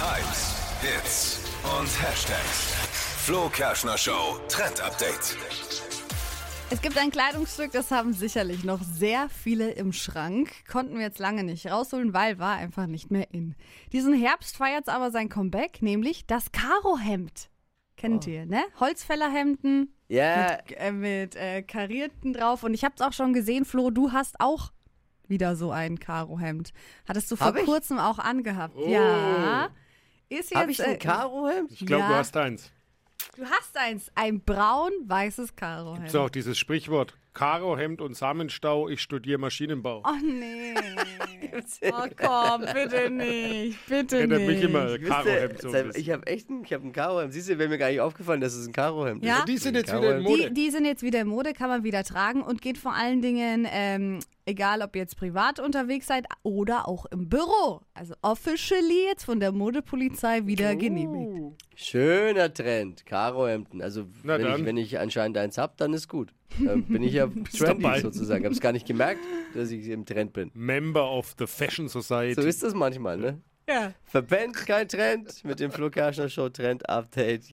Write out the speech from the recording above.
Hypes, Hits und Hashtags. Flo Kerschner Show Trend Update. Es gibt ein Kleidungsstück, das haben sicherlich noch sehr viele im Schrank. Konnten wir jetzt lange nicht rausholen, weil war einfach nicht mehr in. Diesen Herbst feiert's aber sein Comeback, nämlich das Karohemd. Oh. Kennt ihr, ne? Holzfällerhemden Ja, mit, äh, mit äh, Karierten drauf. Und ich hab's auch schon gesehen, Flo, du hast auch wieder so ein Karohemd. Hattest du vor Hab ich? kurzem auch angehabt. Ja. Ist jetzt, habe ich äh, ein Karohemd? Ich glaube, Ja. du hast eins. Du hast eins, ein braun-weißes Karohemd. Ist auch dieses Sprichwort: Karo, Hemd und Samenstau, ich studiere Maschinenbau. Oh nee. oh komm, bitte nicht. Bitte Erinnert nicht. mich immer Ich wüsste, Äh, Karohemd so. ein seit- bisschen. ich habe echt ein, ich hab ein Karohemd. Siehst du, wäre mir gar nicht aufgefallen, dass es ein Karohemd Ja? ist. Die sind jetzt Karo wieder in Hemd. Mode. Die, die sind jetzt wieder in Mode, kann man wieder tragen und geht vor allen Dingen, ähm, egal ob ihr jetzt privat unterwegs seid oder auch im Büro. Also officially jetzt von der Modepolizei wieder Oh. genehmigt. Schöner Trend, Karohemden. Also Na wenn ich, dann. wenn ich anscheinend eins hab, dann ist gut. Dann bin ich ja trendy dabei. sozusagen. Habe es gar nicht gemerkt, dass ich im Trend bin. Member of the Fashion Society. So ist das manchmal, ne? Ja. Verpennt kein Trend mit dem Flo Kerschner Show Trend Update.